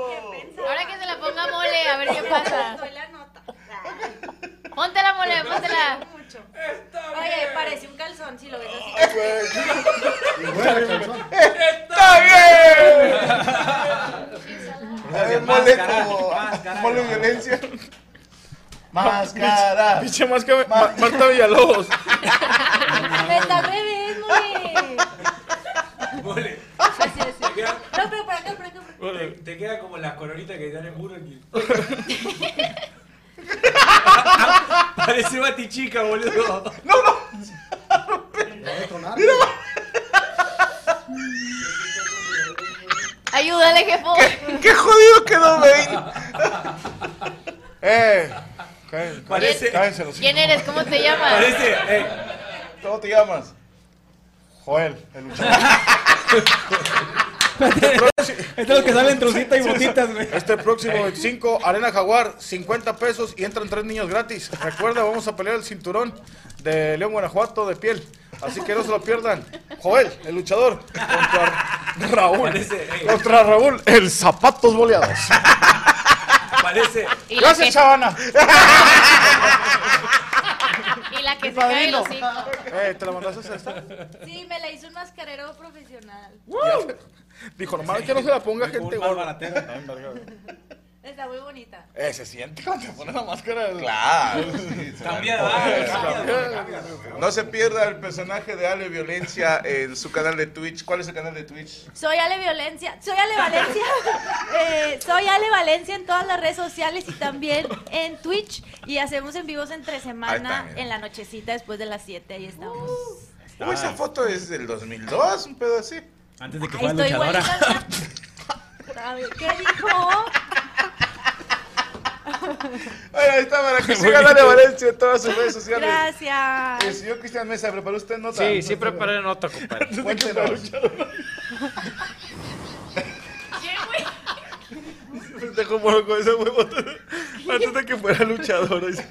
[SPEAKER 1] creí!
[SPEAKER 11] ¿Qué pensaba?
[SPEAKER 5] Ahora que se la ponga mole, a ver qué pasa.
[SPEAKER 11] Doy la nota.
[SPEAKER 5] Póntela mole, póntela.
[SPEAKER 11] Mucho.
[SPEAKER 2] Está
[SPEAKER 11] Oye,
[SPEAKER 2] bien.
[SPEAKER 11] parece un calzón si lo ves así.
[SPEAKER 1] ¡Está bien! mole como...
[SPEAKER 7] Máscara.
[SPEAKER 1] Mole violencia. Máscara.
[SPEAKER 4] Pinche más que Ma- Marta Villalobos.
[SPEAKER 11] Está al revés, mole.
[SPEAKER 2] Mole.
[SPEAKER 11] Así, así.
[SPEAKER 2] Te queda,
[SPEAKER 11] No, pero por acá, por acá. por acá.
[SPEAKER 2] te, te queda como las coronitas que están en muro aquí. Parece batichica, boludo.
[SPEAKER 6] Va a detonar.
[SPEAKER 5] Ayúdale, jefe.
[SPEAKER 1] ¡Qué jodido quedó, Bane!
[SPEAKER 4] Eh. Cállense,
[SPEAKER 2] Parece-
[SPEAKER 4] cállense los
[SPEAKER 5] ¿Quién eres? ¿Cómo te llamas?
[SPEAKER 2] Parece, eh,
[SPEAKER 1] ¿Cómo te llamas?
[SPEAKER 4] Joel, el luchador.
[SPEAKER 2] estos que salen trucitas y botitas, güey.
[SPEAKER 4] Este próximo 25, Arena Jaguar, 50 pesos y entran tres niños gratis. Recuerda, vamos a pelear el cinturón de León Guanajuato de piel. Así que no se lo pierdan. Joel, el luchador, contra Raúl.
[SPEAKER 2] Parece, eh.
[SPEAKER 4] Contra Raúl, el zapatos boleados.
[SPEAKER 2] Parece,
[SPEAKER 5] Y la
[SPEAKER 4] Gracias,
[SPEAKER 5] que,
[SPEAKER 4] chavana.
[SPEAKER 5] y la que se cae el hocico.
[SPEAKER 4] Eh, ¿Te la mandaste a esta?
[SPEAKER 11] Sí, me la hizo un mascarero profesional.
[SPEAKER 4] Dijo, nomás que no se la ponga gente
[SPEAKER 7] Un mal
[SPEAKER 4] gorda.
[SPEAKER 7] baratero.
[SPEAKER 11] Está muy bonita.
[SPEAKER 4] Eh, se siente cuando te pone la máscara. del-
[SPEAKER 1] Claro. sí, se
[SPEAKER 7] Cambia de
[SPEAKER 1] me-
[SPEAKER 7] edad, cambia de edad.
[SPEAKER 4] Eh,
[SPEAKER 1] No se pierda el personaje de Ale Violencia en su canal de Twitch. ¿Cuál es el canal de Twitch?
[SPEAKER 11] Soy Ale Violencia, soy Ale Valencia, Eh, soy Ale Valencia en todas las redes sociales y también en Twitch y hacemos en vivos entre
[SPEAKER 1] Ahí está,
[SPEAKER 11] semana
[SPEAKER 1] mira.
[SPEAKER 11] en la nochecita después de las 7, ahí estamos.
[SPEAKER 1] Uy, esa foto es del 2002, un pedo así.
[SPEAKER 7] Antes de que
[SPEAKER 11] Ahí
[SPEAKER 7] fuera
[SPEAKER 11] estoy
[SPEAKER 7] luchadora.
[SPEAKER 11] igualita. a la- ¿Qué dijo?
[SPEAKER 1] Bueno, ahí está, para que siga Ale Valencia en todas sus redes sociales. El
[SPEAKER 11] Gracias.
[SPEAKER 1] señor Cristian Mesa, ¿preparó usted nota?
[SPEAKER 9] Sí, sí preparé nota, compadre.
[SPEAKER 1] Cuéntenos.
[SPEAKER 4] Está como loco ese huevo. Antes de que fuera luchador. dice.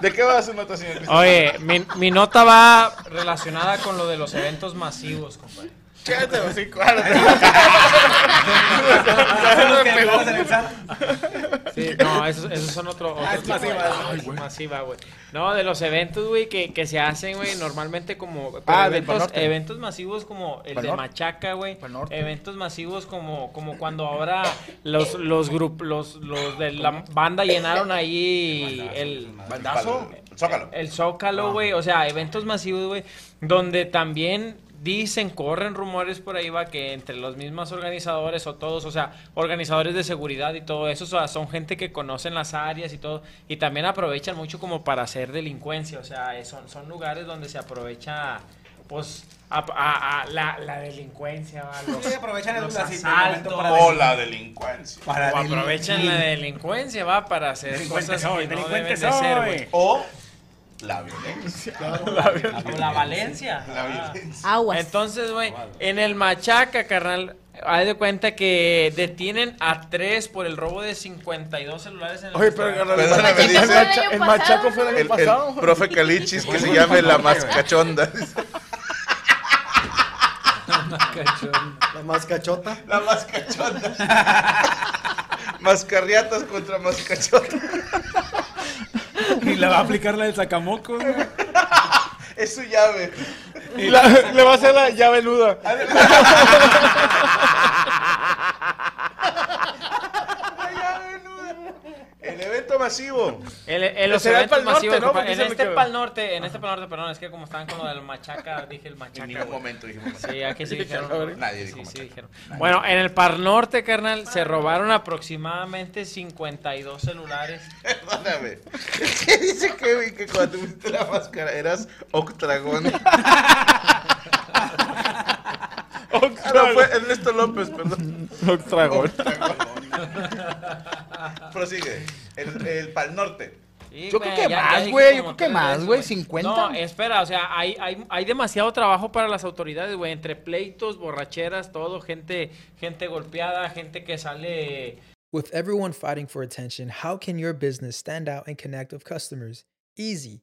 [SPEAKER 1] ¿De qué va su nota, señor Cristian?
[SPEAKER 9] Oye, mi, mi nota va relacionada con lo de los eventos masivos, compadre.
[SPEAKER 4] Cállate, así, cuárdate.
[SPEAKER 7] Son los que entraron en el SAT.
[SPEAKER 9] Sí, no, esos, esos son otro, otro
[SPEAKER 7] Ah, es
[SPEAKER 9] tipo de-
[SPEAKER 7] masiva,
[SPEAKER 9] Ay, güey. masiva, güey. No, de los eventos, güey, que, que se hacen, güey, normalmente como pero
[SPEAKER 4] Ah, del
[SPEAKER 9] eventos,
[SPEAKER 4] Banorte.
[SPEAKER 9] eventos masivos como el de
[SPEAKER 4] Banorte.
[SPEAKER 9] Machaca, güey.
[SPEAKER 4] Banorte.
[SPEAKER 9] Eventos masivos como como cuando ahora los los grup- los los de la banda llenaron ahí el
[SPEAKER 1] ¿Bandazo? Eh, Zócalo.
[SPEAKER 9] el
[SPEAKER 7] Ah.
[SPEAKER 9] Zócalo, güey, o sea, eventos masivos, güey, donde también dicen, corren rumores por ahí, va, que entre los mismos organizadores o todos, o sea, organizadores de seguridad y todo eso, o sea, son gente que conocen las áreas y todo, y también aprovechan mucho como para hacer delincuencia, o sea, eh, son, son lugares donde se aprovecha, pues, a, a- a la, la delincuencia, va, los,
[SPEAKER 7] Sí, aprovechan el-
[SPEAKER 9] los
[SPEAKER 7] la- sí, el momento
[SPEAKER 9] asaltos,
[SPEAKER 7] para-
[SPEAKER 1] O la delincuencia.
[SPEAKER 7] Para
[SPEAKER 9] o
[SPEAKER 7] delinquir.
[SPEAKER 9] aprovechan la delincuencia, va, para hacer
[SPEAKER 7] Delincuente
[SPEAKER 9] cosas
[SPEAKER 7] soy,
[SPEAKER 9] que no deben
[SPEAKER 7] delincuente
[SPEAKER 9] de ser,
[SPEAKER 7] soy.
[SPEAKER 9] güey.
[SPEAKER 1] O la violencia.
[SPEAKER 9] O la violencia.
[SPEAKER 1] La violencia.
[SPEAKER 11] Aguas.
[SPEAKER 9] Entonces, güey, en el Machaca, carnal, hay de cuenta que detienen a tres por el robo de 52 celulares en el
[SPEAKER 4] Oye, pero
[SPEAKER 9] restaurante.
[SPEAKER 4] carnal,
[SPEAKER 1] Perdóname,
[SPEAKER 4] el
[SPEAKER 1] dice-
[SPEAKER 4] macha- el machaco fue el
[SPEAKER 1] El,
[SPEAKER 4] año
[SPEAKER 1] el
[SPEAKER 4] pasado.
[SPEAKER 1] profe Calichis que se llame la mascachonda.
[SPEAKER 6] La mascachota.
[SPEAKER 1] La mascachonda. Mascarriatas contra mascachonda.
[SPEAKER 7] Y la va a aplicar la del sacamoco.
[SPEAKER 1] Es su llave.
[SPEAKER 4] Y la- le va a hacer la llave nuda.
[SPEAKER 1] La llave nuda. El evento masivo.
[SPEAKER 9] El, en los
[SPEAKER 4] será el
[SPEAKER 9] eventos
[SPEAKER 4] Pal Norte,
[SPEAKER 9] masivos,
[SPEAKER 4] ¿no?
[SPEAKER 9] compa-
[SPEAKER 4] Porque
[SPEAKER 9] en
[SPEAKER 4] se me
[SPEAKER 9] este
[SPEAKER 4] quedó.
[SPEAKER 9] Pal Norte, en este Pal Norte, perdón, es que como estaban con lo del Machaca, dije el
[SPEAKER 1] En
[SPEAKER 9] Machaca,
[SPEAKER 1] ningún
[SPEAKER 9] güey.
[SPEAKER 1] momento dijimos.
[SPEAKER 9] Sí, aquí sí dijeron. güey.
[SPEAKER 1] Nadie
[SPEAKER 9] Sí,
[SPEAKER 1] dijo
[SPEAKER 9] sí
[SPEAKER 1] Machaca.
[SPEAKER 9] dijeron. Bueno, en el Pal Norte, carnal, se robaron aproximadamente 52 celulares.
[SPEAKER 1] Perdóname. ¿Qué dice Kevin que cuando viste la máscara eras octragón? Ah, no, fue Ernesto López, perdón.
[SPEAKER 4] Octragón.
[SPEAKER 1] Prosigue. El, el Pal Norte.
[SPEAKER 9] Sí,
[SPEAKER 4] Yo creo que
[SPEAKER 9] ya- ya
[SPEAKER 4] más,
[SPEAKER 9] dije
[SPEAKER 4] güey, yo
[SPEAKER 9] como
[SPEAKER 4] creo que
[SPEAKER 9] tres
[SPEAKER 4] más,
[SPEAKER 9] veces,
[SPEAKER 4] güey, 50.
[SPEAKER 9] No, espera, o sea, hay, hay, hay demasiado trabajo para las autoridades, güey, entre pleitos, borracheras, todo, gente, gente golpeada, gente que sale With everyone fighting for attention, how can your business stand out and connect with customers? Easy.